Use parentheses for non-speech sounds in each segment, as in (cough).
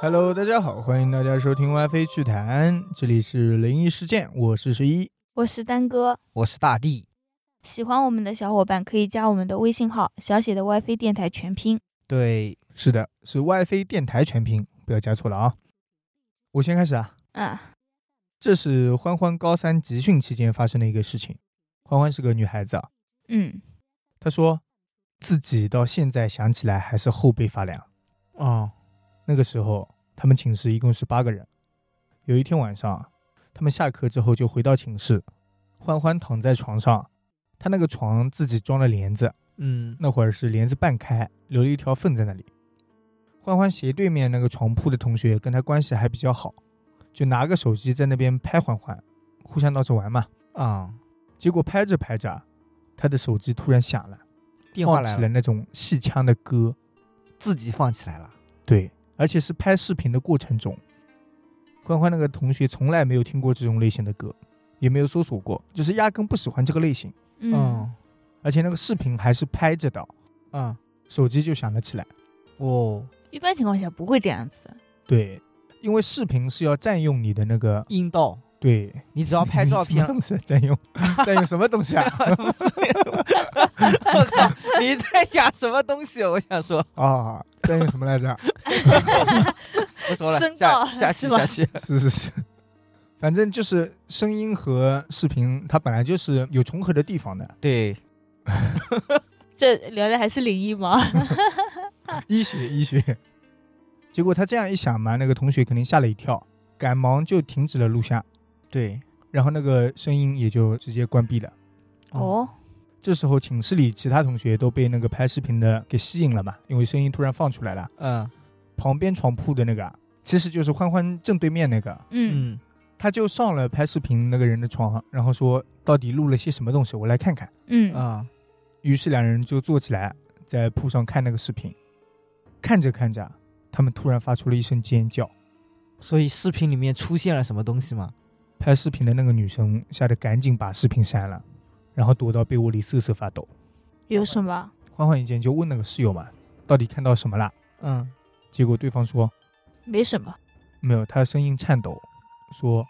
Hello，大家好，欢迎大家收听 WiFi 趣谈，这里是灵异事件，我是十一。我是丹哥。我是大地。喜欢我们的小伙伴可以加我们的微信号，小写的 WiFi 电台全拼。对，是的，是 WiFi 电台全拼，不要加错了啊。我先开始啊，嗯，这是欢欢高三集训期间发生的一个事情。欢欢是个女孩子啊，嗯，她说自己到现在想起来还是后背发凉。哦，那个时候，他们寝室一共是八个人。有一天晚上，啊他们下课之后就回到寝室，欢欢躺在床上，她那个床自己装了帘子，嗯，那会儿是帘子半开，留了一条缝在那里。欢欢斜对面那个床铺的同学跟她关系还比较好，就拿个手机在那边拍欢欢，互相闹着玩嘛。啊，结果拍着拍着啊，她的手机突然响了，电话放来起了，那种戏腔的歌。自己放起来了。对，而且是拍视频的过程中，欢欢那个同学从来没有听过这种类型的歌，也没有搜索过，就是压根不喜欢这个类型。嗯，而且那个视频还是拍着的，嗯，手机就响了起来。哦，一般情况下不会这样子。对，因为视频是要占用你的那个，阴道，对，你只要拍你照什么片，东西啊占 (laughs) 用占用什么东西啊？不是我靠，你在想什么东西？我想说，啊，占用什么来 (laughs) 着？不说了，身下高下去是吧下 (laughs) 去。是是是，反正就是声音和视频，它本来就是有重合的地方的，对，这聊的还是灵异吗？啊医学医学。结果他这样一想嘛，那个同学肯定吓了一跳，赶忙就停止了录像，对，然后那个声音也就直接关闭了。哦，这时候寝室里其他同学都被那个拍视频的给吸引了嘛，因为声音突然放出来了。嗯旁边床铺的那个啊，其实就是欢欢正对面那个，啊嗯，嗯，他就上了拍视频那个人的床，然后说到底录了些什么东西，我来看看。嗯，啊，于是两人就坐起来，在铺上看那个视频。看着看着，他们突然发出了一声尖叫。所以视频里面出现了什么东西吗？拍视频的那个女生吓得赶紧把视频删了，然后躲到被窝里瑟瑟发抖。有什么？欢欢一见就问那个室友嘛，到底看到什么了？嗯，结果对方说没什么。没有，他声音颤抖，说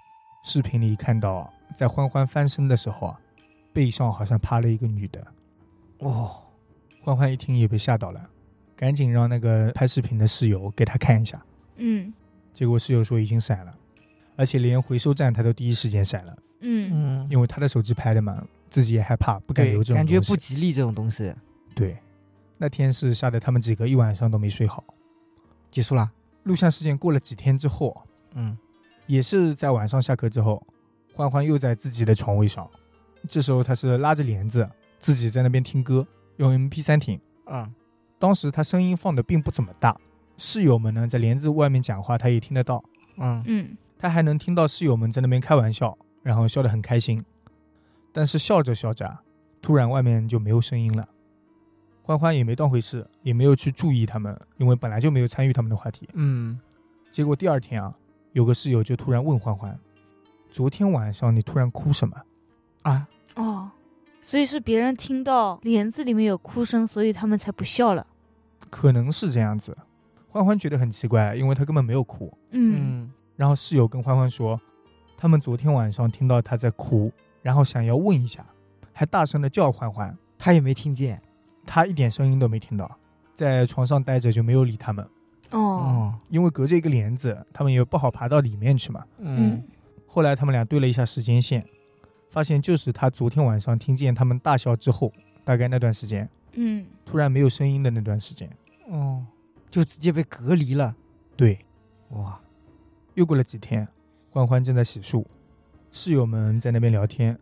视频里看到啊在欢欢翻身的时候啊，背上好像趴了一个女的。哦，欢欢一听也被吓到了，赶紧让那个拍视频的室友给他看一下。嗯结果室友说已经删了，而且连回收站他都第一时间删了，嗯，嗯，因为他的手机拍的嘛，自己也害怕，不敢对留这种感觉东西不吉利这种东西。对，那天是吓得他们几个一晚上都没睡好。结束了。录像事件过了几天之后，啊嗯，也是在晚上下课之后，欢欢又在自己的床位上，这时候他是拉着帘子自己在那边听歌，用 M P 3听。嗯，当时他声音放的并不怎么大，室友们呢在帘子外面讲话，他也听得到，嗯，嗯，他还能听到室友们在那边开玩笑，然后笑得很开心。但是笑着笑着啊，突然外面就没有声音了。欢欢也没当回事，也没有去注意他们，因为本来就没有参与他们的话题。嗯，结果第二天啊，有个室友就突然问欢欢：“昨天晚上你突然哭什么啊，哦，所以是别人听到帘子里面有哭声，所以他们才不笑了。？”可能是这样子。欢欢觉得很奇怪，因为他根本没有哭。嗯嗯，然后室友跟欢欢说，他们昨天晚上听到他在哭，然后想要问一下，还大声的叫欢欢。他也没听见。他一点声音都没听到，在床上待着就没有理他们，哦，哦，因为隔着一个帘子，他们也不好爬到里面去嘛。嗯嗯，后来他们俩对了一下时间线，发现就是他昨天晚上听见他们大笑之后，大概那段时间嗯突然没有声音的那段时间。哦，就直接被隔离了。对，哇，又过了几天，欢欢正在洗漱，室友们在那边聊天，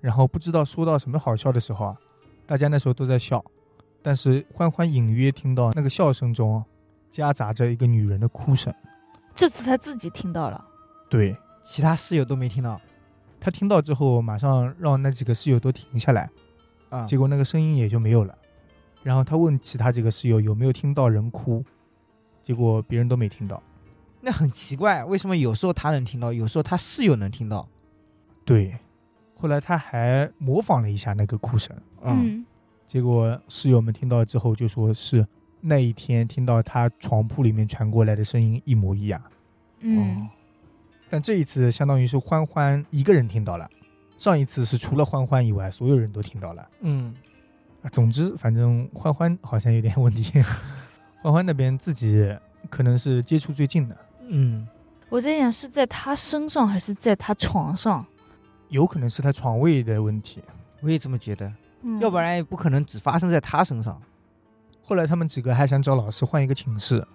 然后不知道说到什么好笑的时候啊，大家那时候都在笑，但是欢欢隐约听到那个笑声中啊夹杂着一个女人的哭声。这次他自己听到了。对，其他室友都没听到他听到之后，马上让那几个室友都停下来，啊结果那个声音也就没有了。然后他问其他几个室友有没有听到人哭，结果别人都没听到。那很奇怪，为什么有时候他能听到，有时候他室友能听到？对，后来他还模仿了一下那个哭声，嗯，嗯，结果室友们听到之后就说是那一天听到他床铺里面传过来的声音一模一样。嗯，但这一次相当于是欢欢一个人听到了，上一次是除了欢欢以外，所有人都听到了。嗯啊总之，反正欢欢好像有点问题。 (laughs) 欢欢那边自己可能是接触最近的，嗯我在想是在他身上还是在他床上，有可能是他床位的问题。我也这么觉得，嗯、要不然也不可能只发生在他身上。后来他们几个还想找老师换一个寝室，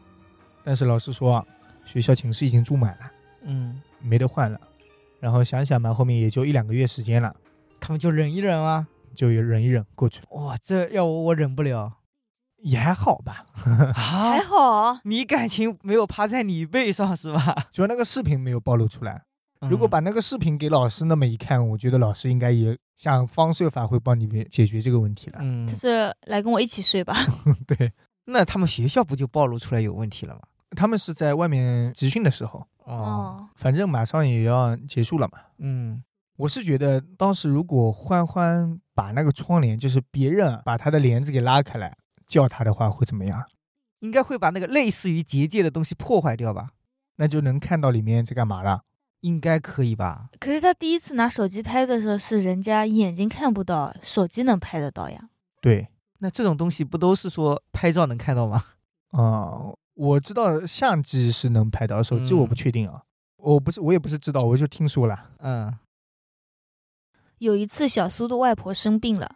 但是老师说啊，学校寝室已经住满了，嗯，没得换了。然后想想嘛，后面也就一两个月时间了，他们就忍一忍啊。就忍一忍过去了，哇，这要我我忍不 (laughs) 了也还好吧。 (laughs) 啊还！好，你感情没有趴在你背上是吧？主要那个视频没有暴露出来，如果嗯把那个视频给老师那么一看，我觉得老师应该也想方设法会帮你们解决这个问题了。嗯就，是来跟我一起睡吧。 (laughs) 对那他们学校不就暴露出来有问题了吗？他们是在外面集训的时候，哦，，反正马上也要结束了嘛。嗯我是觉得当时如果欢欢把那个窗帘，就是别人啊把他的帘子给拉开来叫他的话，会怎么样？应该会把那个类似于结界的东西破坏掉吧？那就能看到里面在干嘛了。应该可以吧？可是他第一次拿手机拍的时候，是人家眼睛看不到，手机能拍得到呀。对，那这种东西不都是说拍照能看到吗？啊、我知道相机是能拍到，手机嗯我不确定啊。我不是，我也不是知道，我就听说了。嗯有一次，小苏的外婆生病了，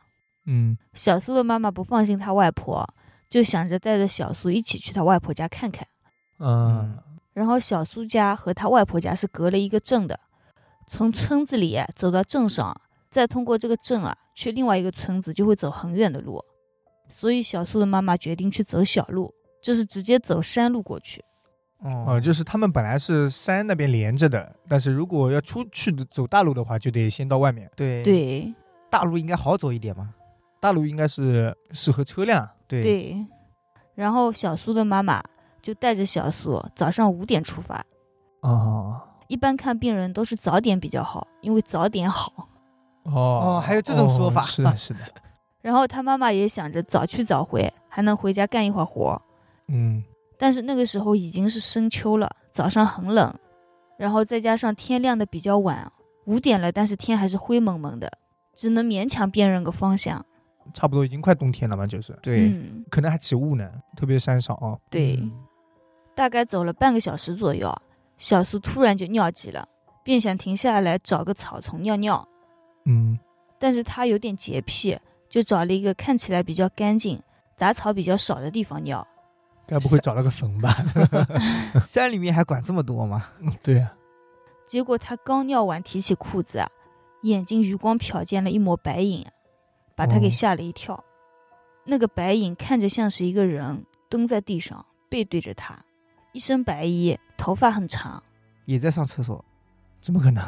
嗯，小苏的妈妈不放心他外婆，就想着带着小苏一起去他外婆家看看。嗯，然后小苏家和他外婆家是隔了一个镇的，从村子里走到镇上，再通过这个镇啊去另外一个村子，就会走很远的路。所以小苏的妈妈决定去走小路，就是直接走山路过去。哦、哦就是他们本来是山那边连着的，但是如果要出去的走大路的话，就得先到外面。对，对大陆应该好走一点嘛。大路应该是适合车辆，对，对，然后小苏的妈妈就带着小苏早上五点出发。哦一般看病人都是早点比较好，因为早点好。哦哦还有这种说法哦是 (laughs) 的，是的，然后他妈妈也想着早去早回，还能回家干一会儿活。嗯但是那个时候已经是深秋了，早上很冷，然后再加上天亮的比较晚，五点了，但是天还是灰蒙蒙的，只能勉强辨认个方向。差不多已经快冬天了嘛，就是对嗯，可能还起雾呢，特别山上哦，对，嗯大概走了半个小时左右，小苏突然就尿急了，便想停下来找个草丛尿尿，嗯但是他有点洁癖，就找了一个看起来比较干净、杂草比较少的地方尿。该不会找了个坟吧？山里面还管这么多吗？对啊，结果他刚尿完，提起裤子啊，眼睛余光瞟见了一抹白影啊，把他给哦吓了一跳。那个白影看着像是一个人蹲在地上，背对着他，一身白衣，头发很长，也在上厕所。怎么可能？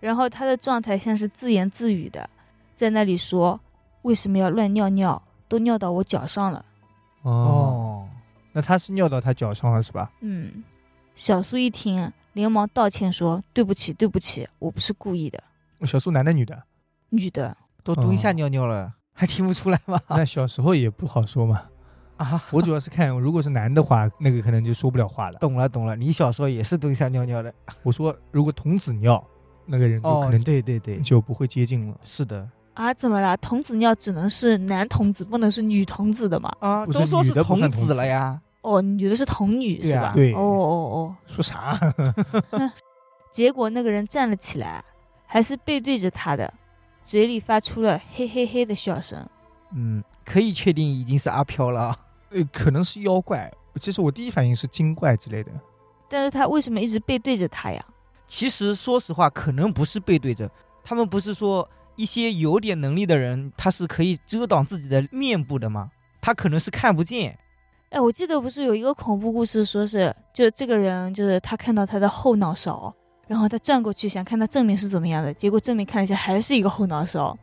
然后他的状态像是自言自语的，在那里说：“为什么要乱尿尿？都尿到我脚上了。哦，那他是尿到他脚上了是吧？”嗯，小苏一听，连忙道歉说：“对不起，对不起，我不是故意的。小苏男的女 (laughs) 的？”女的，都蹲下哦尿尿了，还听不出来吗？ (laughs) 那小时候也不好说嘛。啊，我主要是看，如果是男的话，那个可能就说不了话了。懂了懂了，你小时候也是蹲下尿尿的。哦我说，如果童子尿，那个人就可能对对对，就不会接近了。是的啊，怎么啦？童子尿只能是男童子，不能是女童子的嘛？啊，不是都说女是的不算童子子了呀。哦，女的是童女、对是啊吧？对哦哦哦。说啥？结果那个人站了起来，还是背对着他的，嘴里发出了嘿嘿嘿的笑声。嗯，可以确定已经是阿飘了啊。呃，可能是妖怪。其实我第一反应是精怪之类的。但是他为什么一直背对着他呀？其实说实话，可能不是背对着，他们不是说一些有点能力的人，他是可以遮挡自己的面部的吗？他可能是看不见。哎，我记得不是有一个恐怖故事，说是就这个人，就是他看到他的后脑勺，然后他转过去想看他正面是怎么样的，结果正面看了一下，还是一个后脑勺。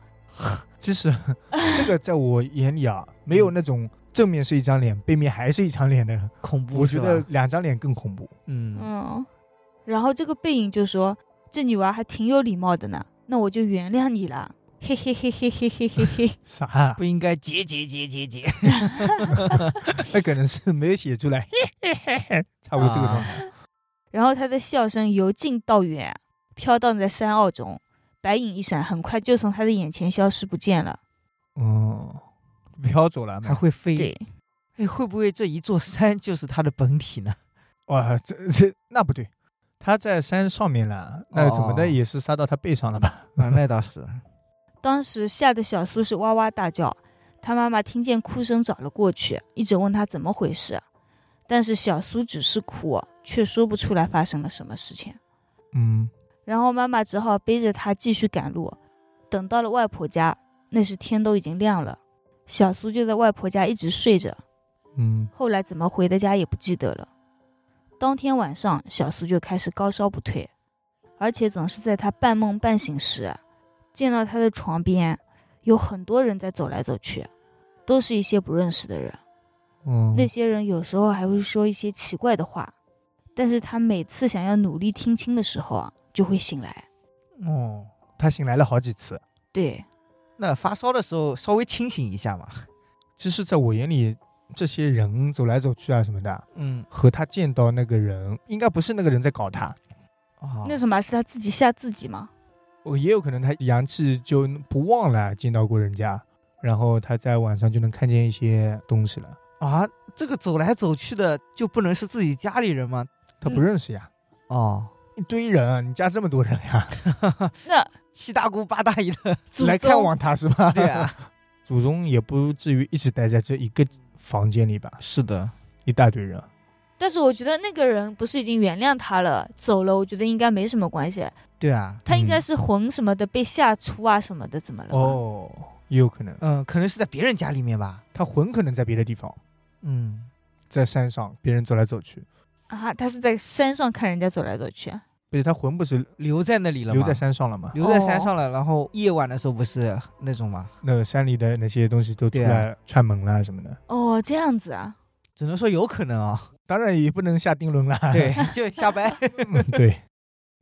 (laughs) 其实这个在我眼里啊，没有那种正面是一张脸，背面还是一张脸的，恐怖我嗯是觉吧，得两张脸更恐怖。嗯，嗯，然后这个背影就说：“这女娃还挺有礼貌的呢，那我就原谅你了。”嘿嘿嘿嘿嘿嘿嘿嘿， (laughs) 啥、啊？不应该结结结结结，那可能是没有写出 (laughs) 来，差不多啊这个状态。然后他的笑声由近到远，飘荡在山坳中，白影一闪，很快就从他的眼前消失不见了。嗯，飘走了还嘛？会飞。对，哎，会不会这一座山就是它的本体呢？ (laughs) 哇，这这那不对，他在山上面了，那怎么的哦也是杀到他背上了吧？啊，那倒是。当时吓得小苏是哇哇大叫，他妈妈听见哭声找了过去，一直问他怎么回事，但是小苏只是哭，却说不出来发生了什么事情。 (laughs) 嗯，然后妈妈只好背着他继续赶路。等到了外婆家，那时天都已经亮了，小苏就在外婆家一直睡着。嗯，后来怎么回的家也不记得了。当天晚上，小苏就开始高烧不退，而且总是在他半梦半醒时啊，见到他的床边有很多人在走来走去，都是一些不认识的人。嗯那些人有时候还会说一些奇怪的话，但是他每次想要努力听清的时候啊，就会醒来。哦，他醒来了好几次。对，那发烧的时候稍微清醒一下嘛。其实，在我眼里，这些人走来走去啊什么的，嗯，和他见到那个人，应该不是那个人在搞他，啊，那什么是他自己吓自己吗？我也有可能他阳气就不旺了，见到过人家，然后他在晚上就能看见一些东西了，啊，这个走来走去的就不能是自己家里人吗？他不认识呀，哦，一堆人，啊你家这么多人呀，那七大姑八大姨的，祖来看宗望他是吧？对，啊， (laughs) 祖宗也不至于一直待在这一个房间里吧， (laughs) 是的，一大堆人，啊但是我觉得那个人不是已经原谅他了，走了，我觉得应该没什么关系。对啊，他应该嗯是魂什么的被吓出啊什么的，怎么了吧？哦，也有可能嗯，可能是在别人家里面吧。他魂可能在别的地方，嗯，在山上，别人走来走去，啊，他是在山上看人家走来走去，啊而且他魂不是留在那里了嘛，留在山上了吗？留在山上了。然后夜晚的时候不是那种嘛，那山里的那些东西都出对啊来串门啦什么的，哦，这样子啊，只能说有可能啊、当然也不能下定论啦。 (laughs) 对，就瞎掰。 (laughs) 嗯对，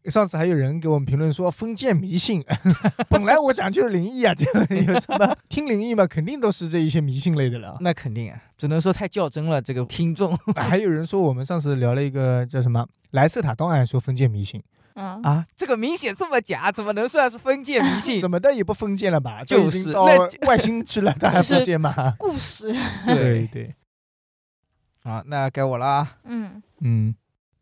上次还有人给我们评论说封建迷信， (laughs) 本来我讲就是灵异啊，这有什 (laughs) 么听灵异嘛，肯定都是这一些迷信类的了。 (laughs) 那肯定啊，只能说太较真了。这个听众还有人说我们上次聊了一个叫什么莱斯塔档案，说封建迷信，嗯，啊，这个明显这么假，怎么能算是封建迷 (laughs) 信？怎么的也不封建了吧？就都已是经到那 (laughs) 外星去了，他还就是封建吗？ (laughs) 故事，对对，啊，那该我了啊。嗯嗯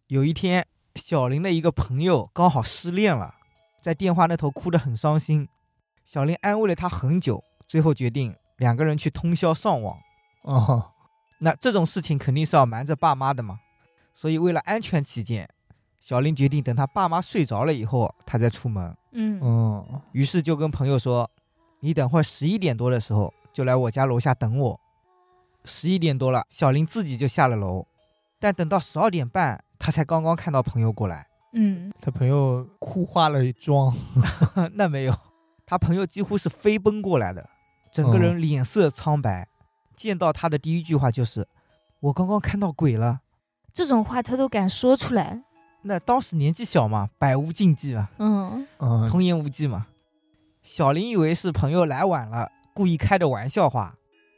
有一天，小林的一个朋友刚好失恋了，在电话那头哭得很伤心。小林安慰了他很久，最后决定两个人去通宵上网。哦，那这种事情肯定是要瞒着爸妈的嘛，所以为了安全起见，小林决定等他爸妈睡着了以后，他再出门。嗯，哦，于是就跟朋友说：“你等会儿十一点多的时候就来我家楼下等我。”十一点多了，小林自己就下了楼，但等到十二点半，他才刚刚看到朋友过来。嗯，他朋友哭花了妆，那没有，他朋友几乎是飞奔过来的，整个人脸色苍白。见到他的第一句话就是：“我刚刚看到鬼了。这种话他都敢说出来，”那当时年纪小嘛，百无禁忌嘛，嗯嗯，童言无忌嘛。小林以为是朋友来晚了，故意开的玩笑话，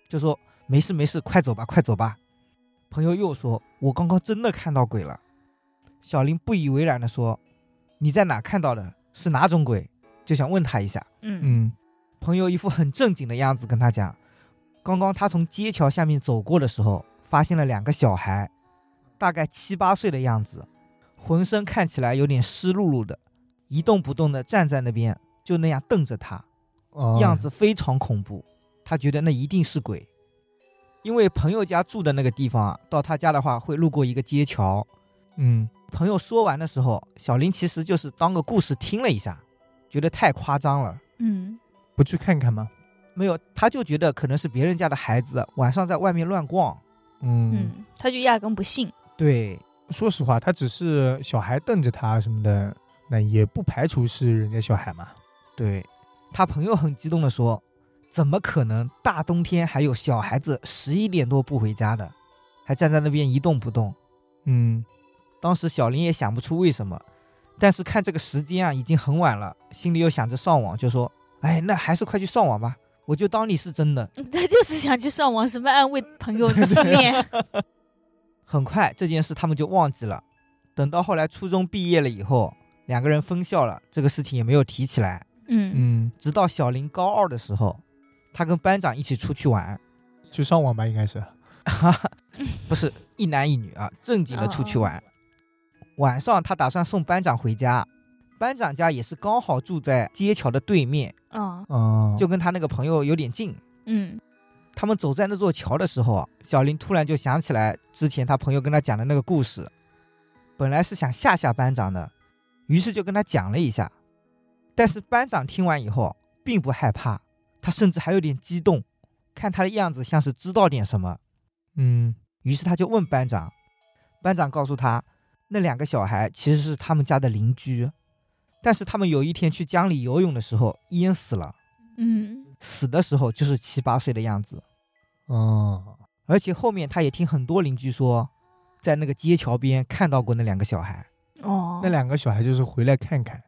就说：“没事没事，快走吧，快走吧。”朋友又说：“我刚刚真的看到鬼了。”小林不以为然的说：“你在哪看到的？是哪种鬼？”就想问他一下。嗯嗯朋友一副很正经的样子跟他讲，刚刚他从街桥下面走过的时候，发现了两个小孩，大概七八岁的样子，浑身看起来有点湿漉漉的，一动不动的站在那边，就那样瞪着他，哦样子非常恐怖。他觉得那一定是鬼，因为朋友家住的那个地方啊，到他家的话会路过一个街桥。嗯朋友说完的时候，小林其实就是当个故事听了一下，觉得太夸张了。嗯不去看看吗？没有，他就觉得可能是别人家的孩子晚上在外面乱逛。嗯嗯，他就压根不信，对，说实话，他只是小孩瞪着他什么的，那也不排除是人家小孩嘛。对，他朋友很激动地说：“怎么可能大冬天还有小孩子十一点多不回家的，还站在那边一动不动？嗯，当时小林也想不出为什么，但是看这个时间啊，已经很晚了，心里又想着上网，就说：“哎，那还是快去上网吧，我就当你是真的。嗯他就是想去上网，什么安慰朋友失恋，”啊很快这件事他们就忘记了。等到后来初中毕业了以后，两个人分校了，这个事情也没有提起来。嗯，嗯，直到小林高二的时候，他跟班长一起出去玩，去上网吧应该是。不是一男一女啊，正经的出去玩。晚上他打算送班长回家，班长家也是刚好住在街桥的对面，啊，哦，就跟他那个朋友有点近。嗯，他们走在那座桥的时候啊，小林突然就想起来之前他朋友跟他讲的那个故事，本来是想吓吓班长的，于是就跟他讲了一下。但是班长听完以后啊并不害怕，他甚至还有点激动，看他的样子像是知道点什么。嗯于是他就问班长，班长告诉他，那两个小孩其实是他们家的邻居，但是他们有一天去江里游泳的时候淹死了，嗯，死的时候就是七八岁的样子。哦，而且后面他也听很多邻居说，在那个街桥边看到过那两个小孩，哦，那两个小孩就是回来看看，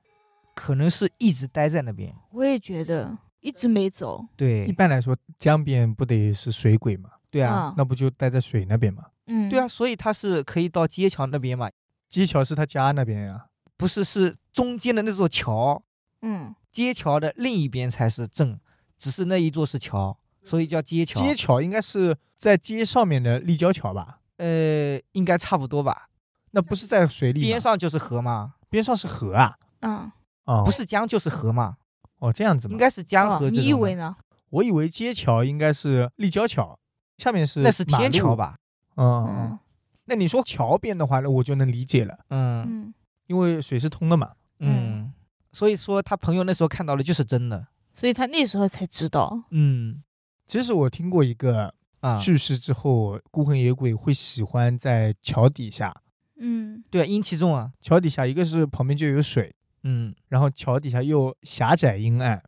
可能是一直待在那边。我也觉得一直没走，一对，般嗯来说江边不得是水鬼嘛，对啊，啊那不就待在水那边嘛？嗯，对啊，，所以他是可以到街桥那边嘛，街桥是他家那边啊呀、不是是中间的那座桥，嗯，街桥的另一边才是镇，只是那一座是桥，所以叫街桥。街桥应该是在街上面的立交桥吧？呃，应该差不多吧。那不是在水里吗边上就是河嘛，边上是河啊？啊，哦，不是江就是河嘛，哦，这样子吗？应该是江哦河这种的。你以为呢？我以为街桥应该是立交桥，下面是那是天马桥路？吧？嗯嗯嗯。那你说桥边的话，那我就能理解了，嗯嗯，因为水是通的嘛。嗯，所以说他朋友那时候看到的就是真的。所以他那时候才知道，嗯其实我听过一个啊，去世之后，孤魂野鬼会喜欢在桥底下。嗯对啊，阴气重啊。桥底下一个是旁边就有水，嗯然后桥底下又狭窄阴暗，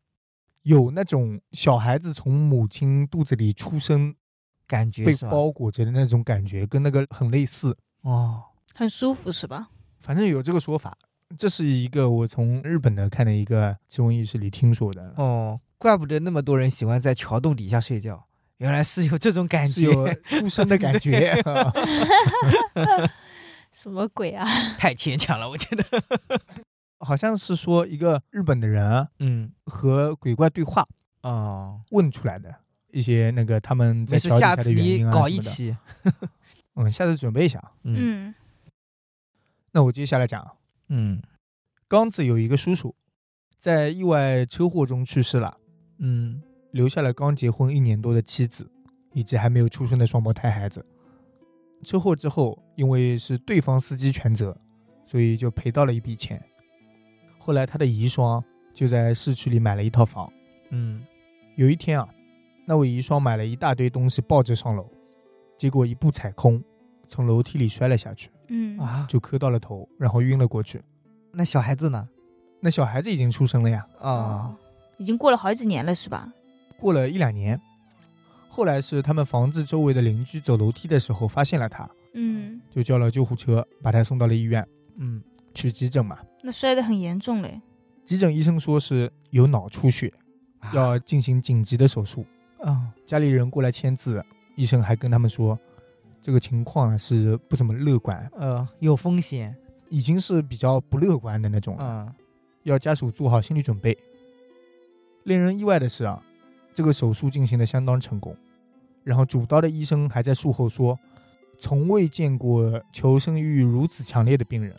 有那种小孩子从母亲肚子里出生感觉被是吧啊包裹着的那种感觉，跟那个很类似。哦，很舒服是吧？反正有这个说法，这是一个我从日本的看的一个奇闻异事里听说的，哦，怪不得那么多人喜欢在桥洞底下睡觉，原来是有这种感是有觉，出生的感觉。 (laughs) (laughs) 什么鬼啊？太牵强了，我 (laughs) 觉得。好像是说一个日本的人啊嗯和鬼怪对话哦，问出来的一些那个他们在没事，桥底下下次的原你因啊搞什一么的。期。嗯，下次准备一下。嗯嗯那我接下来讲啊，嗯刚子有一个叔叔，在意外车祸中去世了，嗯，留下了刚结婚一年多的妻子，以及还没有出生的双胞胎孩子。车祸之后，因为是对方司机全责，所以就赔到了一笔钱。后来他的遗孀就在市区里买了一套房。嗯有一天啊，那位遗孀买了一大堆东西，抱着上楼，结果一步踩空，从楼梯里摔了下去，嗯啊，就磕到了头，然后晕了过去。那小孩子呢？那小孩子已经出生了呀，啊，，已经过了好几年了是吧？过了一两年，后来是他们房子周围的邻居走楼梯的时候发现了他，嗯，就叫了救护车把他送到了医院嗯，去急诊嘛。那摔得很严重嘞。急诊医生说是有脑出血，哦要进行紧急的手术。啊，家里人过来签字，医生还跟他们说，这个情况啊是不怎么乐观，呃，有风险，已经是比较不乐观的那种了，嗯要家属做好心理准备。令人意外的是啊，这个手术进行的相当成功，然后主刀的医生还在术后说，从未见过求生欲如此强烈的病人。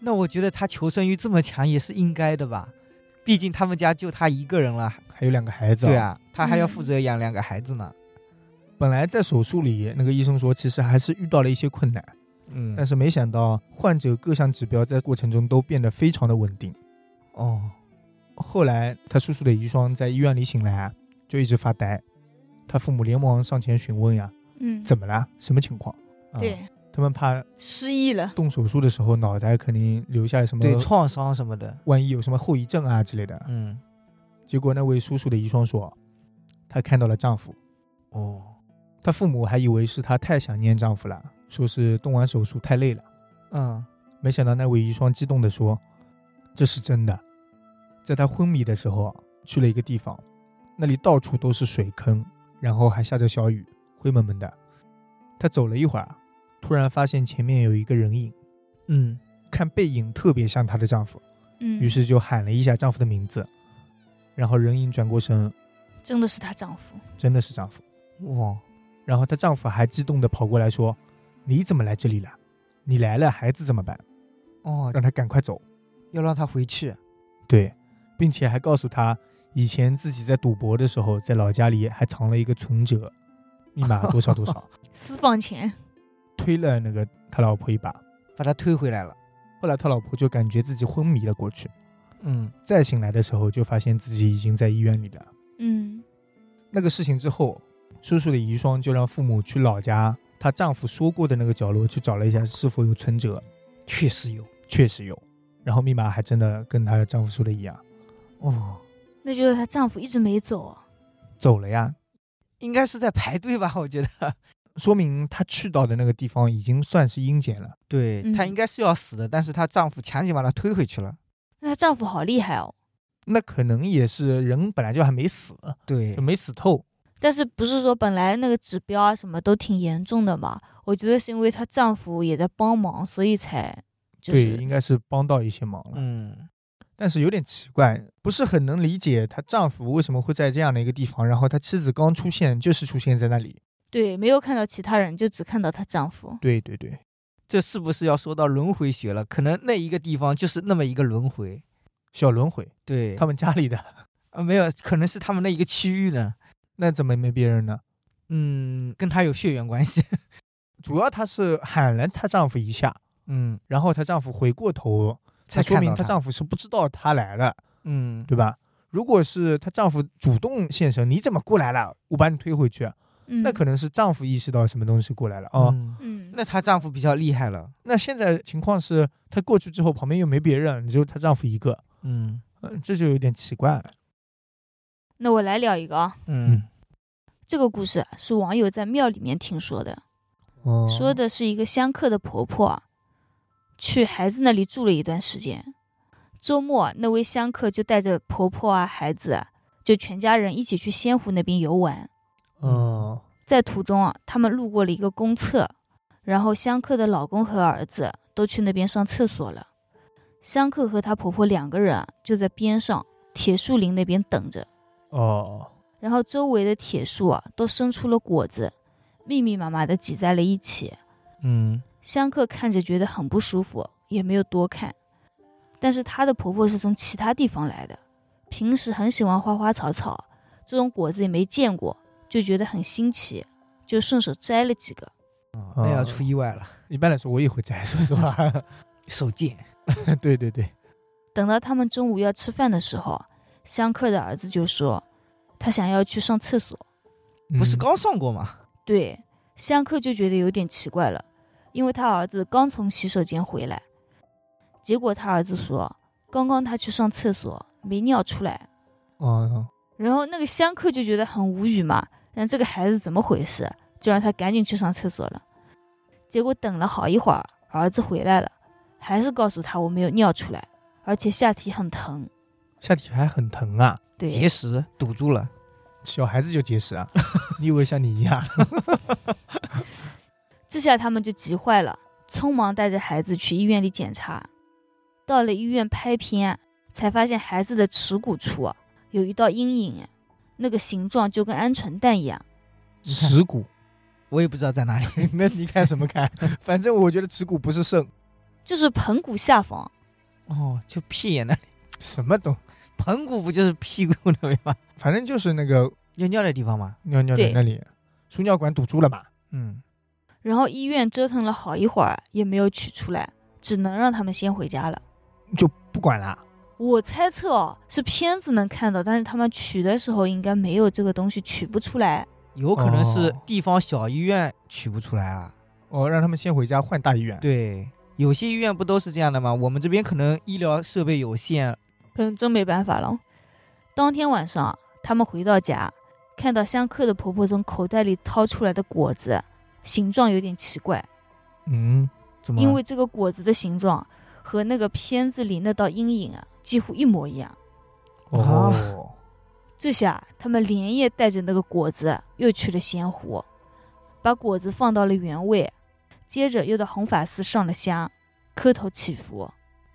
那我觉得他求生欲这么强也是应该的吧，毕竟他们家就他一个人了。还有两个孩子、对，啊，他还要嗯负责养两个孩子呢。本来在手术里，那个医生说其实还是遇到了一些困难，嗯但是是没想到患者各项指标在过程中都变得非常的稳定。哦，后来他叔叔的遗孀在医院里醒来啊，就一直发呆，他父母连忙上前询问呀，嗯，怎么啦？什么情况？嗯对，他们怕失忆了。动手术的时候脑袋肯定留下什么，对，创伤什么的。万一有什么后遗症啊之类的。嗯结果那位叔叔的遗孀说，她看到了丈夫，哦，她父母还以为是她太想念丈夫了，说是动完手术太累了。嗯，没想到那位遗孀激动地说：“这是真的。”在她昏迷的时候，啊去了一个地方，那里到处都是水坑，然后还下着小雨，灰蒙蒙的。她走了一会儿，突然发现前面有一个人影，嗯，看背影特别像她的丈夫，嗯，于是就喊了一下丈夫的名字，然后人影转过身，真的是她丈夫，真的是丈夫。哇，然后她丈夫还激动地跑过来说：“你怎么来这里了？你来了，孩子怎么办？哦，让他赶快走。”要让他回去，对，并且还告诉他，以前自己在赌博的时候，在老家里还藏了一个存折，密码多少多少，私房钱，推了那个他老婆一把。把他推回来了。后来他老婆就感觉自己昏迷了过去，嗯，再醒来的时候就发现自己已经在医院里了。嗯那个事情之后，叔叔的遗孀就让父母去老家她丈夫说过的那个角落去找了一下是否有存折，确实有。确实有，然后密码还真的跟她丈夫说的一样，哦，那就是她丈夫一直没走啊，走了呀，应该是在排队吧？我觉得， (laughs) 说明她去到的那个地方已经算是阴间了。对、嗯她应该是要死的，但是她丈夫强行把她推回去了。那她丈夫好厉害哦，那可能也是人本来就还没死，对就，没死透。但是不是说本来那个指标啊什么都挺严重的嘛？我觉得是因为她丈夫也在帮忙，所以才就对，是应该是帮到一些忙了。嗯，但是有点奇怪，不是很能理解她丈夫为什么会在这样的一个地方，然后她妻子刚出现就是出现在那里。对没有看到其他人，就只看到她丈夫。对对对，这是不是要说到轮回学了？可能那一个地方就是那么一个轮回。小轮回，对，他们家里的， (laughs) 啊没有，可能是他们那一个区域呢。那怎么没别人呢？嗯，跟她有血缘关系。主要她是喊了她丈夫一下，嗯，然后她丈夫回过头，才才说明看到她她丈夫是不知道她来了，嗯，对吧？如果是她丈夫主动现身，你怎么过来了？我把你推回去，啊嗯，那可能是丈夫意识到什么东西过来了哦。嗯嗯，那她丈夫比较厉害了。那现在情况是，她过去之后旁边又没别人，只有她丈夫一个，嗯嗯，这就有点奇怪了。那我来聊一个啊，嗯这个故事啊是网友在庙里面听说的，哦说的是一个香客的婆婆啊去孩子那里住了一段时间。周末，啊那位香客就带着婆婆啊、孩子啊，就全家人一起去仙湖那边游玩。哦，在途中啊，他们路过了一个公厕，然后香客的老公和儿子都去那边上厕所了。香客和她婆婆两个人啊，就在边上铁树林那边等着。哦，然后周围的铁树啊，都生出了果子，密密麻麻的挤在了一起。嗯香客看着觉得很不舒服，也没有多看。但是她的婆婆是从其他地方来的，平时很喜欢花花草草，这种果子也没见过，就觉得很新奇，就顺手摘了几个。哦那要出意外了。一般来说我也会摘，说实话。手贱。 (laughs) 对对对，等到他们中午要吃饭的时候，香客的儿子就说，他想要去上厕所。嗯不是刚上过吗？对，香客就觉得有点奇怪了，因为他儿子刚从洗手间回来，结果他儿子说，刚刚他去上厕所没尿出来。哦，然后那个香客就觉得很无语嘛，但这个孩子怎么回事？就让他赶紧去上厕所了。结果等了好一会儿，儿子回来了，还是告诉他我没有尿出来，而且下体很疼。下体还很疼啊，对，结石堵住了。小孩子就结石 (laughs) 啊，你以为像你一样？这下他们就急坏了，匆忙带着孩子去医院里检查。到了医院拍片啊，才发现孩子的耻骨处啊有一道阴影啊，那个形状就跟鹌鹑蛋一样。你看耻骨，我也不知道在哪里。 (laughs) 那你看什么看？反正我觉得耻骨不是肾，就是盆骨下方，哦，就屁眼那里，什么都，盆骨不就是屁股那边吗？反正就是那个尿尿的地方吗？尿尿的对那里，输尿管堵住了嘛。嗯，然后医院折腾了好一会儿也没有取出来，只能让他们先回家了。就不管了。我猜测哦，是片子能看到，但是他们取的时候应该没有这个东西，取不出来。有可能是哦地方小医院取不出来啊。哦，让他们先回家换大医院。对，有些医院不都是这样的吗？我们这边可能医疗设备有限。可能真没办法了。当天晚上，他们回到家，看到相克的婆婆从口袋里掏出来的果子，形状有点奇怪，嗯，怎么了？因为这个果子的形状和那个片子里那道阴影啊几乎一模一样。哦，这下他们连夜带着那个果子又去了仙湖，把果子放到了原位，接着又到弘法寺上了香，磕头祈福。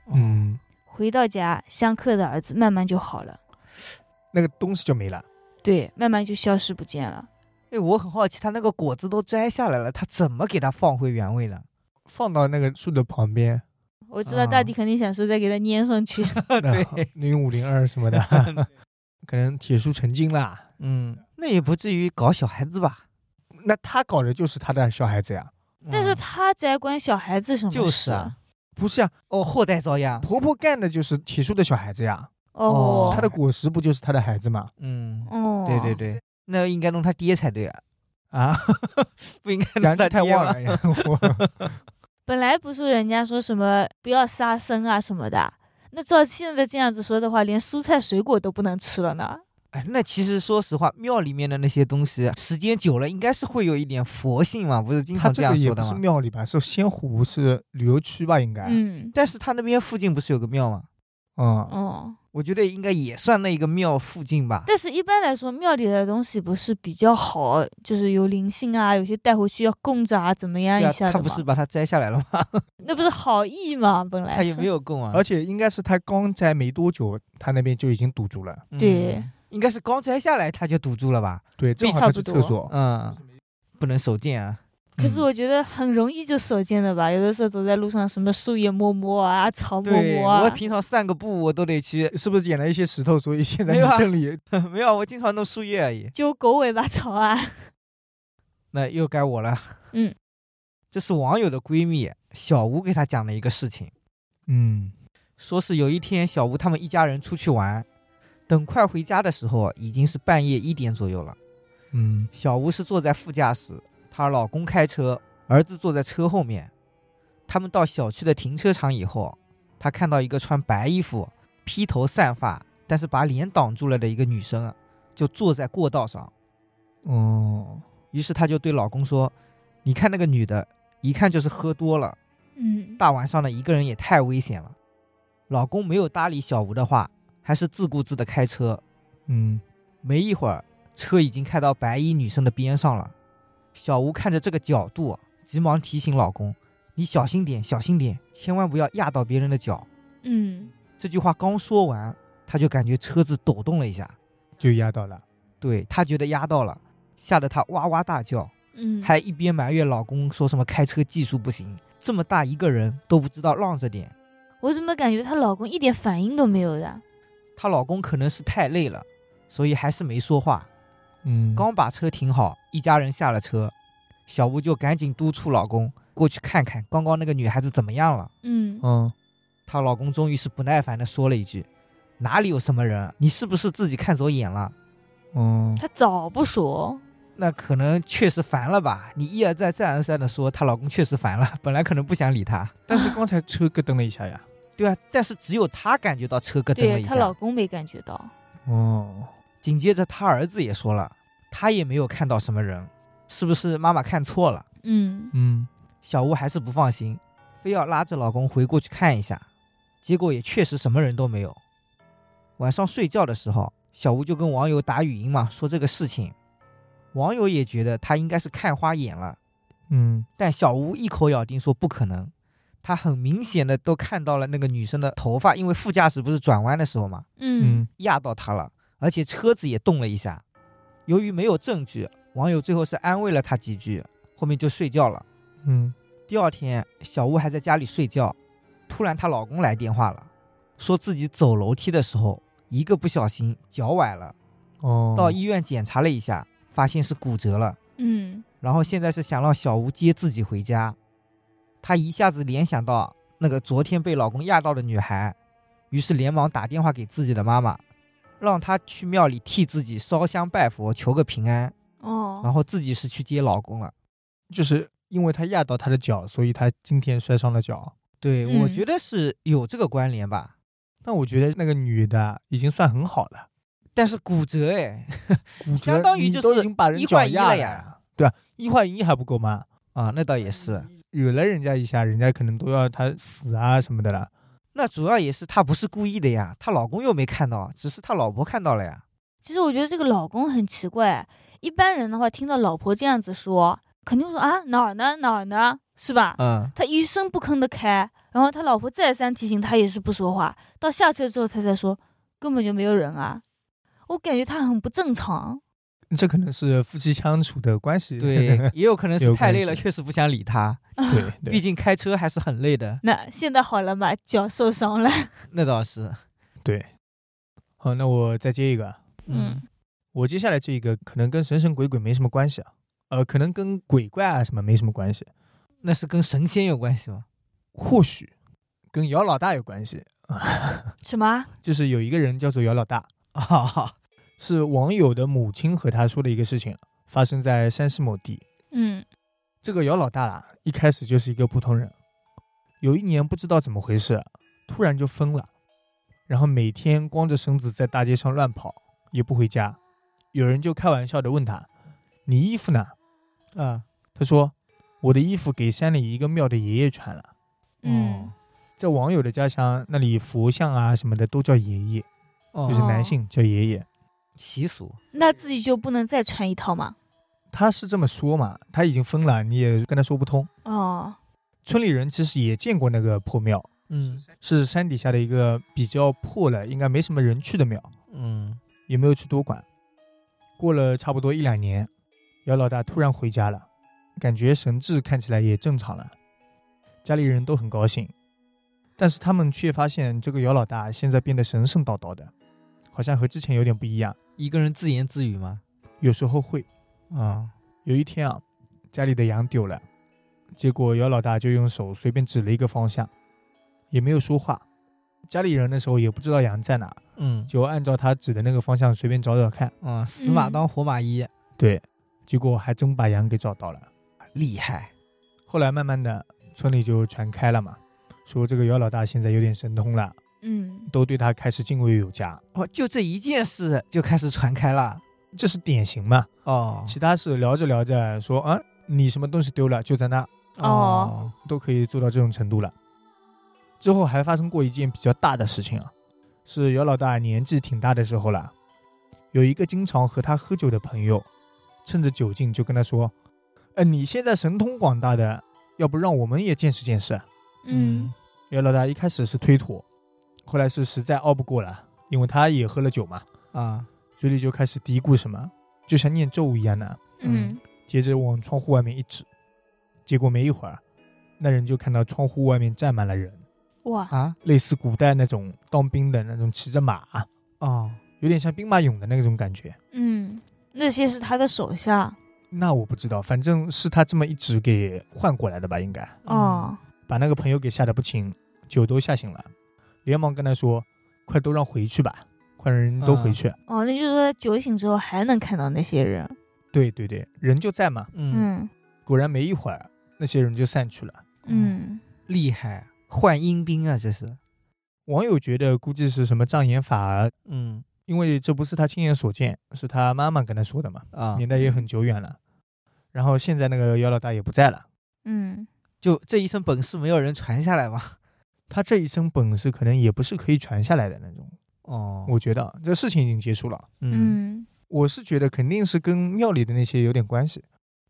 嗯，回到家，香客的儿子慢慢就好了，那个东西就没了。对，慢慢就消失不见了。哎，我很好奇，他那个果子都摘下来了，他怎么给它放回原位呢？放到那个树的旁边， (laughs) 我知道大啊地肯定想说再给它粘上去，对， (laughs) 零五零二什 (laughs) 么的，可能铁树成精啦。嗯，那也不至于搞小孩子吧？那他搞的就是他的小孩子呀，但是嗯他宅关小孩子什么事？就是啊，不是啊，哦，后代遭殃。婆婆干的就是铁树的小孩子呀，哦哦他，的果实不就是他的孩子 (laughs) 吗？嗯，哦，对对，对，那应该弄他爹才对啊，啊，不应该杨记弄他太爹旺吗？了，然后我本来不是人家说什么不要杀生啊什么的，那照现在这样子说的话，连蔬菜水果都不能吃了呢。哎，那其实说实话，庙里面的那些东西，时间久了应该是会有一点佛性嘛，不是经他常这样个也说不的是吗？庙里吧，是仙湖是旅游区吧？哎应该，嗯，但是他那边附近不是有个庙吗？嗯，哦，我觉得应该也算那一个庙附近吧。但是一般来说，庙里的东西不是比较好，就是有灵性啊，有些带回去要供着啊，怎么样对一啊，下的他嘛不是把它摘下来了吗？那不是好意吗？本来他也是没有供啊而。且应该是他刚摘没多久，他那边就已经堵住了。嗯对，应该是刚摘下来他就堵住了吧？对，正好差他不去厕多所，嗯，不能手贱啊。可是嗯我觉得很容易就手贱的吧，有的时候走在路上，什么树叶摸摸啊，草摸对，摸啊我，平常散个步我都得去， (laughs) 嗯是不是捡了一些石头，所以现在没你有啊这里没有，我经常弄树叶而已。揪狗尾巴草 (laughs) 啊，那又该我了。嗯，这是网友的闺蜜小吴给她讲的一个事情，嗯说是有一天小吴他们一家人出去玩，等快回家的时候啊已经是半夜一点左右了。嗯小吴是坐在副驾驶，她老公开车，儿子坐在车后面。他们到小区的停车场以后，她看到一个穿白衣服、披头散发，但是把脸挡住了的一个女生啊，就坐在过道上。哦，于是她就对老公说：“你看那个女的，一看就是喝多了，嗯，大晚上的一个人也太危险了。”老公没有搭理小吴的话，还是自顾自的开车。嗯没一会儿，车已经开到白衣女生的边上了。小吴看着这个角度，啊急忙提醒老公：“你小心点，小心点，千万不要压到别人的脚。嗯，”这句话刚说完，他就感觉车子抖动了一下，就压到了，对他觉得压到了，吓得他哇哇大叫，嗯，还一边埋怨老公说什么开车技术不行，这么大一个人都不知道让着点。我怎么感觉她老公一点反应都没有的？她老公可能是太累了，所以还是没说话。嗯刚把车停好，一家人下了车，小吴就赶紧督促老公过去看看刚刚那个女孩子怎么样了。嗯，哦嗯她老公终于是不耐烦地说了一句：“哪里有什么人？啊你是不是自己看走眼了？嗯她早不说，那可能确实烦了吧？”你一而再再而三地说她老公确实烦了， (laughs) 本来可能不想理她，但是刚才车咯噔了一下呀，对啊，但是只有她感觉到车咯噔了对一她老下。公没感觉到，哦，紧接着她儿子也说了，他也没有看到什么人，是不是妈妈看错了？嗯，嗯小吴还是不放心，非要拉着老公回过去看一下，结果也确实什么人都没有。晚上睡觉的时候，小吴就跟网友打语音嘛，说这个事情。网友也觉得他应该是看花眼了，嗯但小吴一口咬定说不可能。他很明显的都看到了那个女生的头发，因为副驾驶不是转弯的时候嘛，嗯，压到她了，而且车子也动了一下。由于没有证据，网友最后是安慰了她几句，后面就睡觉了。嗯第二天，小吴还在家里睡觉，突然她老公来电话了，说自己走楼梯的时候一个不小心脚崴了，哦，到医院检查了一下，发现是骨折了。嗯，然后现在是想让小吴接自己回家，她一下子联想到那个昨天被老公压到的女孩，于是连忙打电话给自己的妈妈，让她去庙里替自己烧香拜佛求个平安，然哦，后自己是去接老公了。就是因为他压到他的脚，所以他今天摔伤了脚。对，我嗯觉得是有这个关联吧。那我觉得那个女的已经算很好了，但是骨折哎，骨折相当于你就都是已经把人一脚换一压了了呀，对吧？一换一还不够吗？啊，那嗯倒也是。惹了人家一下，人家可能都要他死啊什么的了。那主要也是她不是故意的呀，她老公又没看到，只是她老婆看到了呀。其实我觉得这个老公很奇怪，一般人的话听到老婆这样子说，肯定说啊哪儿呢哪儿呢，是吧？嗯，他一声不吭的开，然后他老婆再三提醒他也是不说话，到下车之后他才说根本就没有人啊，我感觉他很不正常。这可能是夫妻相处的关系。 (laughs) 对，也有可能是有太关累了，系确实不想理她。 (laughs) 对毕对，竟开车还是很 (laughs) 累的。 (laughs) 那现在好了嘛，脚受伤了，那倒是，对。好，那我再接一个。啊嗯，我接下来这一个可能跟神神鬼鬼没什么关系啊，呃，可能跟鬼怪啊什么没什么关系，那是跟神仙有关系吗？ (laughs) 或许跟姚老大有关系。 (laughs) 什么？就是有一个人叫做姚老大，啊，是网友的母亲和他说的一个事情，啊发生在山西某地。嗯这个姚老大啊，一开始就是一个普通人，有一年不知道怎么回事，突然就疯了，然后每天光着身子在大街上乱跑，也不回家。有人就开玩笑的问他：“你衣服呢嗯，？”他说：“我的衣服给山里一个庙的爷爷穿了，嗯，在网友的家乡那里，佛像啊什么的都叫爷爷，哦，就是哦，男性叫爷爷。习俗，那自己就不能再穿一套吗？他是这么说嘛，他已经疯了，你也跟他说不通。哦，村里人其实也见过那个破庙，嗯是山底下的一个比较破了，应该没什么人去的庙，嗯，也没有去多管。过了差不多一两年，姚老大突然回家了，感觉神志看起来也正常了，家里人都很高兴，但是他们却发现这个姚老大现在变得神神叨叨的，好像和之前有点不一样，一个人自言自语吗？有时候会。啊，有一天啊，家里的羊丢了，结果姚老大就用手随便指了一个方向，也没有说话。家里人那时候也不知道羊在哪，嗯，就按照他指的那个方向随便找找看。啊，死马嗯当活马医，对，结果还真把羊给找到了。厉害，后来慢慢的，村里就传开了嘛，说这个姚老大现在有点神通了，嗯，都对他开始敬畏有加。哦，就这一件事就开始传开了，这是典型嘛？哦其他事聊着聊着说啊，你什么东西丢了，就在那，哦，都可以做到这种程度了。之后还发生过一件比较大的事情啊，是姚老大年纪挺大的时候了，有一个经常和他喝酒的朋友，趁着酒劲就跟他说：“呃，你现在神通广大的，要不让我们也见识见识啊嗯，？”姚老大一开始是推脱，后来是实在拗不过了，因为他也喝了酒嘛，啊，嘴里就开始嘀咕什么，就像念咒一样的，嗯，接着往窗户外面一指，结果没一会儿，那人就看到窗户外面站满了人，哇，啊，类似古代那种当兵的那种骑着马，啊哦，有点像兵马俑的那种感觉。嗯，那些是他的手下那我不知道，反正是他这么一指给换过来的吧，应该哦，把那个朋友给吓得不轻，酒都吓醒了，连忙跟他说：“快都让回去吧，快让人都回去。嗯哦，那就是说他酒醒之后还能看到那些人，对对对，人就在嘛。嗯，嗯果然没一会儿，那些人就散去了。嗯厉害，换阴兵啊，这是，网友觉得估计是什么障眼法啊嗯因为这不是他亲眼所见，是他妈妈跟他说的嘛，啊，年代也很久远了。然后现在那个姚老大也不在了，嗯就这一身本事没有人传下来吗？他这一身本事可能也不是可以传下来的那种。 (laughs) 哦，我觉得啊这事情已经结束了，嗯，嗯我是觉得肯定是跟庙里的那些有点关系。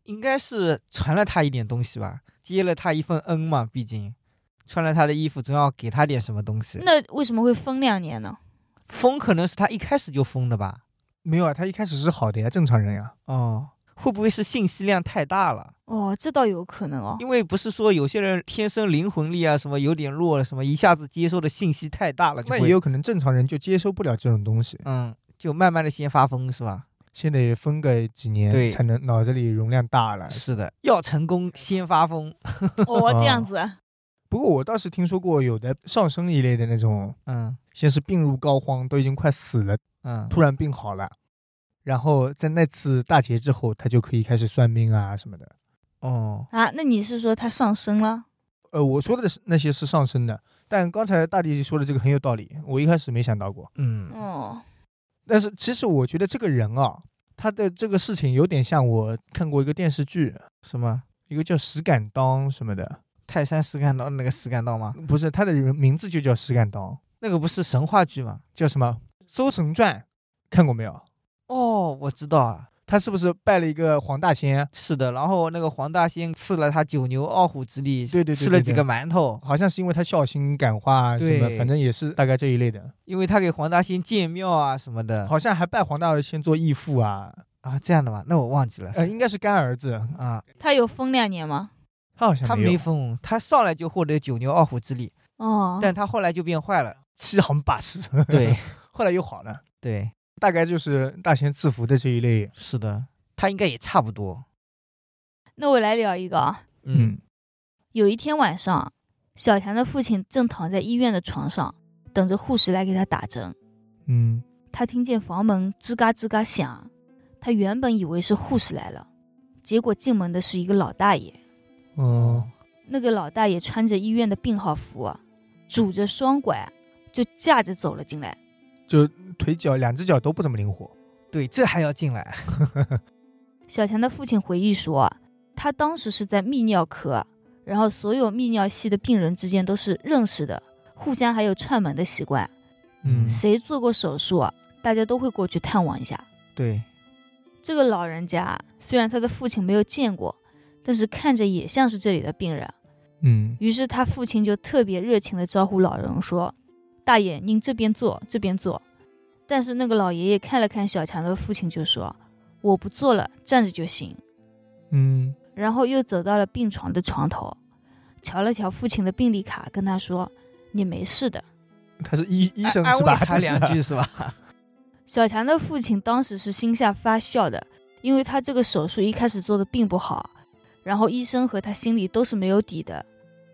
应该是传了他一点东西吧，接了他一份恩嘛，毕竟穿了他的衣服，总要给他点什么东西。那为什么会分两年呢？疯可能是他一开始就疯的吧？没有啊，他一开始是好的呀，正常人呀。哦，会不会是信息量太大了？哦，这倒有可能哦。因为不是说有些人天生灵魂力啊什么有点弱了，什么一下子接收的信息太大了，就那会也有可能正常人就接受不了这种东西，嗯，就慢慢的先发疯是吧？先得分个几对年才能脑子里容量大了。是的，要成功先发疯。哦，这样子，不过我倒是听说过有的上升一类的那种，嗯先是病入膏肓，都已经快死了，嗯，突然病好了，然后在那次大劫之后，他就可以开始算命啊什么的。哦，啊，那你是说他上升了？呃，我说的是那些是上升的，但刚才大地说的这个很有道理，我一开始没想到过。嗯，哦，但是其实我觉得这个人啊，他的这个事情有点像我看过一个电视剧，什么一个叫石敢当什么的，泰山石敢当那个石敢当吗？不是他的人名字就叫石敢当，那个不是神话剧吗？叫什么《搜神传》，看过没有？哦，我知道啊，他是不是拜了一个黄大仙？是的。然后那个黄大仙赐了他九牛二虎之力，对对对吃了对几对个馒头，好像是因为他孝心感化啊什么，对反正也是大概这一类的，因为他给黄大仙建庙啊什么的。好像还拜黄大仙做义父啊，啊，这样的吗？那我忘记了。呃，应该是干儿子，啊，他有封两年吗？他好像他有啊没疯，他上来就获得九牛二虎之力，哦，但他后来就变坏 (laughs) 了。欺行霸市，对后来又好了，对，大概就是大仙赐福的这一类，是的，他应该也差不多。那我来聊一个啊。嗯，有一天晚上，小强的父亲正躺在医院的床上，等着护士来给他打针。嗯他听见房门吱嘎吱嘎响，他原本以为是护士来了，结果进门的是一个老大爷。哦，那个老大爷穿着医院的病号服啊，拄着双拐，啊就架着走了进来。就腿脚两只脚都不怎么灵活，对，这还要进来？小强的父亲回忆说啊，他当时是在泌尿科，然后所有泌尿系的病人之间都是认识的，互相还有串门的习惯，嗯谁做过手术啊，大家都会过去探望一下。对，这个老人家虽然他的父亲没有见过，但是看着也像是这里的病人。嗯于是他父亲就特别热情地招呼老人说：“大爷，您这边坐，这边坐。”但是那个老爷爷看了看小强的父亲，就说：“我不坐了，站着就行。嗯”然后又走到了病床的床头，瞧了瞧父亲的病历卡，跟他说：“你没事的。他是医医生安是安慰吧？他两句是 (laughs) 吧？”小强的父亲当时是心下发笑的，因为他这个手术一开始做的并不好，然后医生和他心里都是没有底的，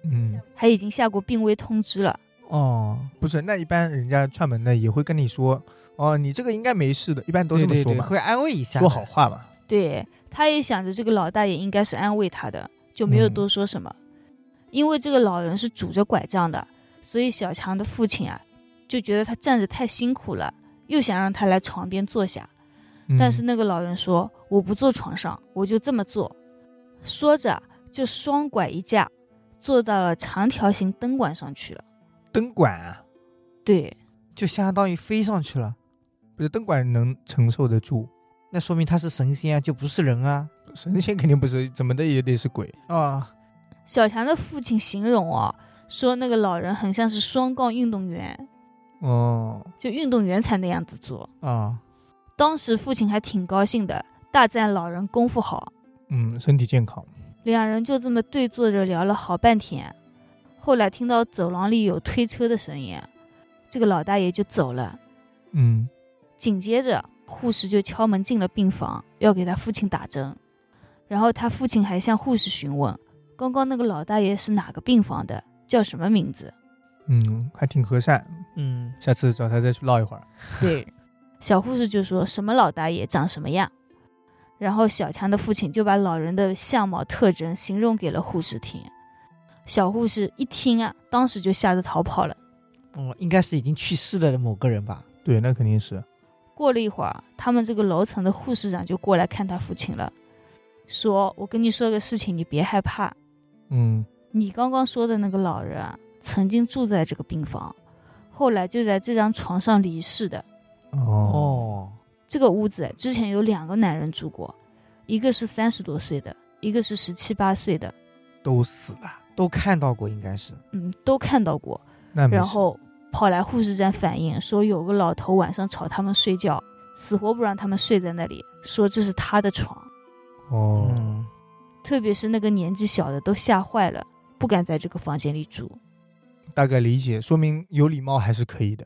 嗯，还已经下过病危通知了。哦，不是，那一般人家串门的也会跟你说，哦，你这个应该没事的，一般都对这么对说对，嘛，会安慰一下，说好。话嘛，对，他也想着这个老大爷应该是安慰他的，就没有嗯多说什么。因为这个老人是拄着拐杖的，所以小强的父亲啊，就觉得他站着太辛苦了，又想让他来床边坐下。嗯但是那个老人说：“我不坐床上，我就这么坐。”说着就双拐一架，坐到了长条形灯管上去了。灯管啊，对，就相当于飞上去了。不是灯管能承受得住，那说明他是神仙啊，就不是人啊。神仙肯定不是，怎么的也得是鬼，啊，小强的父亲形容啊，说那个老人很像是双杠运动员，哦，就运动员才那样子做。啊，当时父亲还挺高兴的，大赞老人功夫好。嗯，身体健康，两人就这么对坐着聊了好半天。后来听到走廊里有推车的声音，这个老大爷就走了。嗯紧接着，护士就敲门进了病房，要给他父亲打针。然后他父亲还向护士询问，刚刚那个老大爷是哪个病房的，叫什么名字？嗯，还挺和善，嗯，下次找他再去唠一会儿，对，小护士就说什么老大爷长什么样，然后小强的父亲就把老人的相貌特征形容给了护士听。小护士一听啊，当时就吓得逃跑了。嗯，应该是已经去世了的某个人吧？对，那肯定是，过了一会儿，他们这个楼层的护士长就过来看他父亲了，说：“我跟你说个事情，你别害怕。嗯你刚刚说的那个老人啊，曾经住在这个病房，后来就在这张床上离世的。哦，哦，这个屋子之前有两个男人住过，一个是三十多岁的，一个是十七八岁的，都死了，都看到过，应该是。嗯，都看到过。那没事然后跑来护士站反映说，有个老头晚上吵他们睡觉，死活不让他们睡在那里，说这是他的床。哦，嗯，特别是那个年纪小的都吓坏了，不敢在这个房间里住。大概理解，说明有礼貌还是可以的，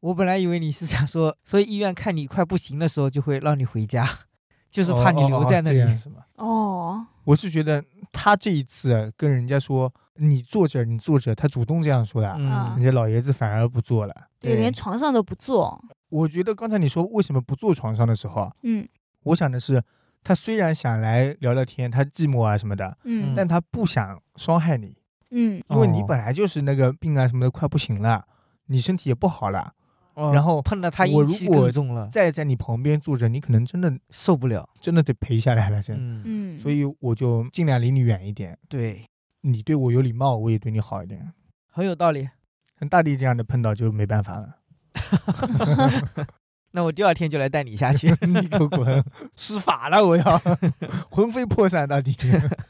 我本来以为你是想说，所以医院看你快不行的时候，就会让你回家， (laughs) 就是怕你留在那里。哦哦哦这样是吗？哦，我是觉得他这一次跟人家说你坐着，你坐着，他主动这样说的，啊人家老爷子反而不坐了。对，嗯对连床上都不坐。我觉得刚才你说为什么不坐床上的时候啊，嗯我想的是，他虽然想来聊聊天，他寂寞啊什么的，嗯但他不想伤害你，嗯因为你哦本来就是那个病啊什么的，快不行了，你身体也不好了，哦然后碰到他我阴如气果更重了，再在你旁边坐着，你可能真的受不了。真的得陪下来了，真的。嗯，嗯，所以我就尽量离你远一点。对，你对我有礼貌，我也对你好一点。很有道理。像大地这样的碰到就没办法 (laughs) 了，那我第二天就来带你下去， (laughs) 你给我滚，施法了我要， (laughs) 魂飞魄散，大地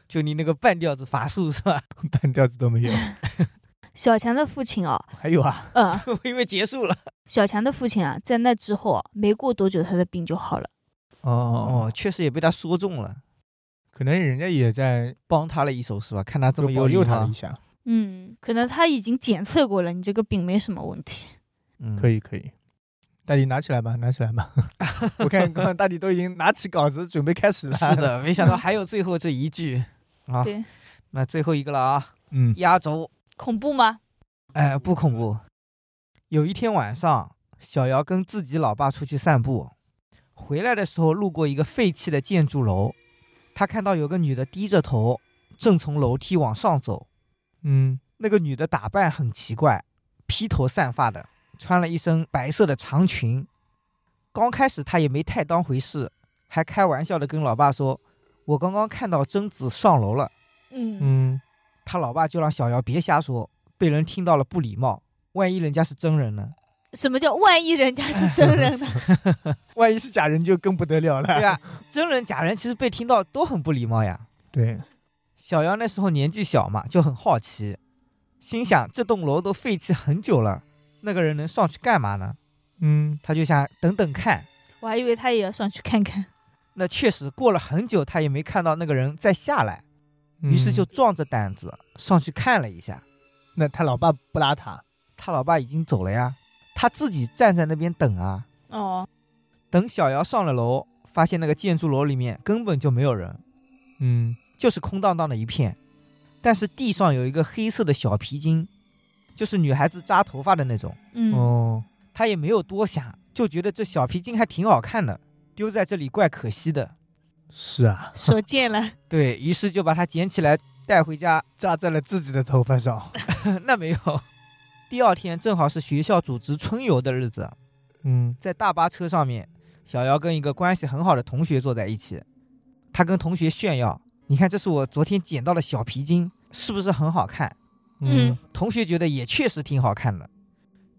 就你那个半吊子法术是吧？ (laughs) 半吊子都没有。 (laughs) 小强的父亲哦，还有啊，嗯，我以为结束了。小强的父亲啊，在那之后啊，没过多久他的病就好了。哦哦， (laughs) 哦，确实也被他说中了，可能人家也在帮他了一手是吧？看他这就么有保礼佑他貌啊一，下，嗯，可能他已经检测过了，你这个病没什么问题。嗯可以 (laughs) 可以。大地拿起来吧，拿起来吧。 (laughs) 我看刚刚大地都已经拿起稿子准备开始了。 (laughs) 是，的，没想到还有最后这一句啊。对，那最后一个了啊，嗯，压轴。恐怖吗？哎，不恐怖。有一天晚上，小姚跟自己老爸出去散步，回来的时候路过一个废弃的建筑楼，他看到有个女的低着头，正从楼梯往上走。嗯那个女的打扮很奇怪，披头散发的，穿了一身白色的长裙。刚开始他也没太当回事，还开玩笑的跟老爸说：“我刚刚看到贞子上楼了。”嗯，嗯，他老爸就让小姚别瞎说，被人听到了不礼貌，万一人家是真人呢？什么叫万一人家是真人呢？万一是假人就更不得了了。对啊，真人假人其实被听到都很不礼貌呀。对，小姚那时候年纪小嘛，就很好奇，心想这栋楼都废弃很久了，那个人能上去干嘛呢？嗯他就想等等看。我还以为他也要上去看看。那确实过了很久，他也没看到那个人再下来，嗯，于是就壮着胆子上去看了一下。那他老爸不拉他，他老爸已经走了呀，他自己站在那边等啊。哦，等小姚上了楼，发现那个建筑楼里面根本就没有人，嗯，就是空荡荡的一片。但是地上有一个黑色的小皮筋，就是女孩子扎头发的那种。嗯，哦，他也没有多想，就觉得这小皮筋还挺好看的，丢在这里怪可惜的。是啊，手贱了。对于是就把它捡起来带回家。扎在了自己的头发上。那没有。第二天正好是学校组织春游的日子，嗯在大巴车上面，小姚跟一个关系很好的同学坐在一起，他跟同学炫耀：“你看，这是我昨天捡到的小皮筋，是不是很好看嗯？”同学觉得也确实挺好看的。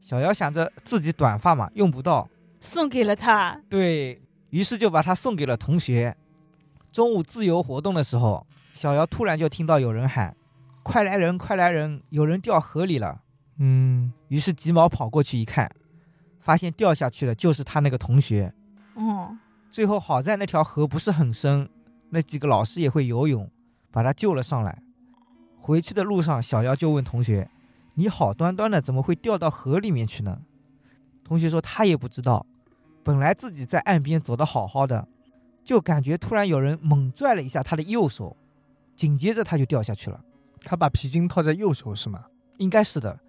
小姚想着自己短发嘛，用不到，送给了他。对于是就把它送给了同学。中午自由活动的时候，小姚突然就听到有人喊：“快来人，快来人，有人掉河里了！”嗯，于是急忙跑过去一看，发现掉下去的就是他那个同学。哦，最后好在那条河不是很深，那几个老师也会游泳，把他救了上来。回去的路上，小妖就问同学：“你好端端的怎么会掉到河里面去呢？”同学说他也不知道，本来自己在岸边走的好好的，就感觉突然有人猛拽了一下他的右手，紧接着他就掉下去了。他把皮筋套在右手是吗？应该是的。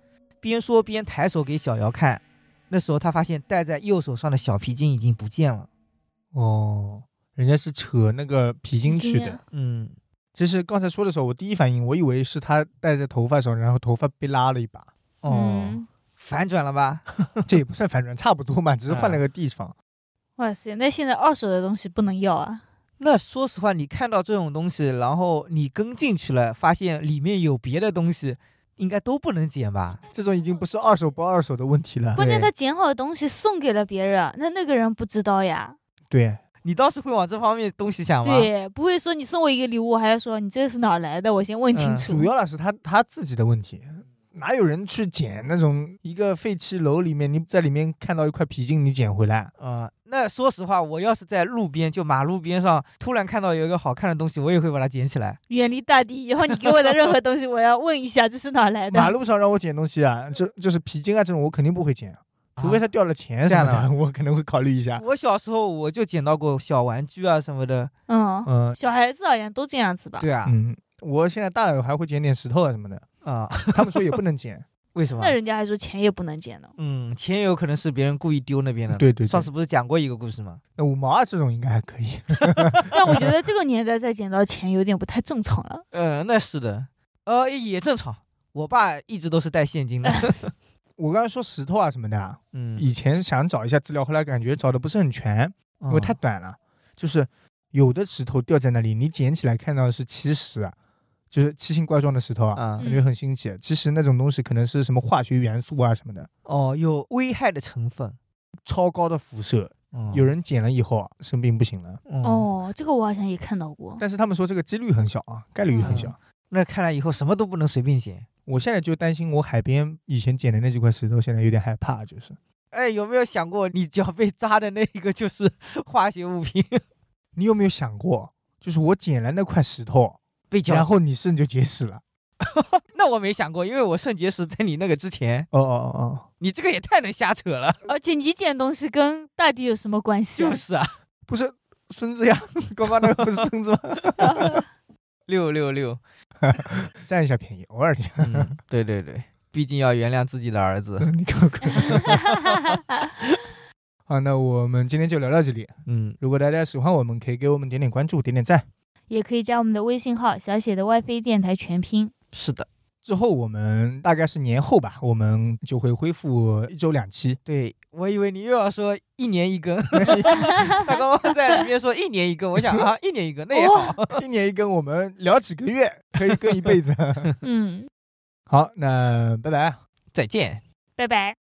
边说边抬手给小姚看，那时候他发现戴在右手上的小皮筋已经不见了。哦，人家是扯那个皮筋去皮筋的啊。嗯，其实刚才说的时候，我第一反应我以为是他戴在头发上，然后头发被拉了一 (laughs) 把，哦，嗯，反转了吧？ (laughs) 这也不算反转，差不多嘛，只是换了个地方。哇塞，那现在二手的东西不能要啊。那说实话，你看到这种东西，然后你跟进去了，发现里面有别的东西，应该都不能捡吧？这种已经不是二手不二手的问题了。关键他捡好的东西送给了别人，那那个人不知道呀。对，你倒是会往这方面东西想吗？对，不会说你送我一个礼物，还要说你这是哪儿来的，我先问清嗯楚。主要的是他他自己的问题。哪有人去捡那种一个废弃楼里面，你在里面看到一块皮筋，你捡回来？啊、那说实话，我要是在路边，就马路边上，突然看到有一个好看的东西，我也会把它捡起来。远离大地，以后你给我的任何东西，我要问一下这是哪儿哎来的。马路上让我捡东西啊，就就是皮筋啊这种，我肯定不会捡，除啊非他掉了钱这什样么的，的我可能会考虑一下。我小时候我就捡到过小玩具啊什么的。嗯，哦嗯小孩子好像都这样子吧？对啊，嗯，我现在大了还会捡点石头啊什么的，啊、他们说也不能 (laughs) 捡。为什么那？人家还说钱也不能捡呢。嗯，钱也有可能是别人故意丢那边的。对对对上次不是讲过一个故事吗？那五毛啊这种应该还可以。 (laughs) 但我觉得这个年代再捡到钱有点不太正常了。哦嗯，那是的，呃，也正常。我爸一直都是带现金的，我刚才说石头啊什么的啊，嗯，以前想找一下资料，后来感觉找的不是很全，因为太嗯短了。就是有的石头掉在那里，你捡起来看到的是奇石啊，就是奇形怪状的石头啊，啊感觉很新奇。其实那种东西可能是什么化学元素啊什么的，哦，有危害的成分。超高的辐射，嗯有人捡了以后啊生病不行了。嗯，哦，这个我好像也看到过。但是他们说这个几率很小啊，概率很小。那看来以后什么都不能随便捡。我现在就担心我海边以前捡的那几块石头，现在有点害怕，就是哎，有没有想过，你脚被扎的那一个就是化学物品？ (laughs) 你有没有想过，就是我捡了那块石头，被然脚？后你肾就结石了？那我没想过，因为我肾结石在你那个之前。哦哦 (laughs) 哦，你这个也太能瞎扯了。而且你捡东西跟大地有什么关系啊？就是啊，不是孙子呀，刚刚那个不是孙子吗？六六六。占一下便宜，偶 (laughs) 尔一下， (laughs) 嗯，对对对，毕竟要原谅自己的儿子。你看看。好，那我们今天就聊到这里。 (laughs) 嗯，如果大家喜欢我们，可以给我们点点关注，点点赞。 (laughs) 也可以加我们的微信号小写的 WiFi 电台全拼。是的，之后我们大概是年后吧，我们就会恢复一周两期。对我以为你又要说一年一 (laughs) 更，他刚刚在里面说一年一更，我想啊，一年一更那也好。一年一更，我们聊几个月，可以更一辈子。 (laughs) 嗯，好，那拜拜啊。再见。拜拜。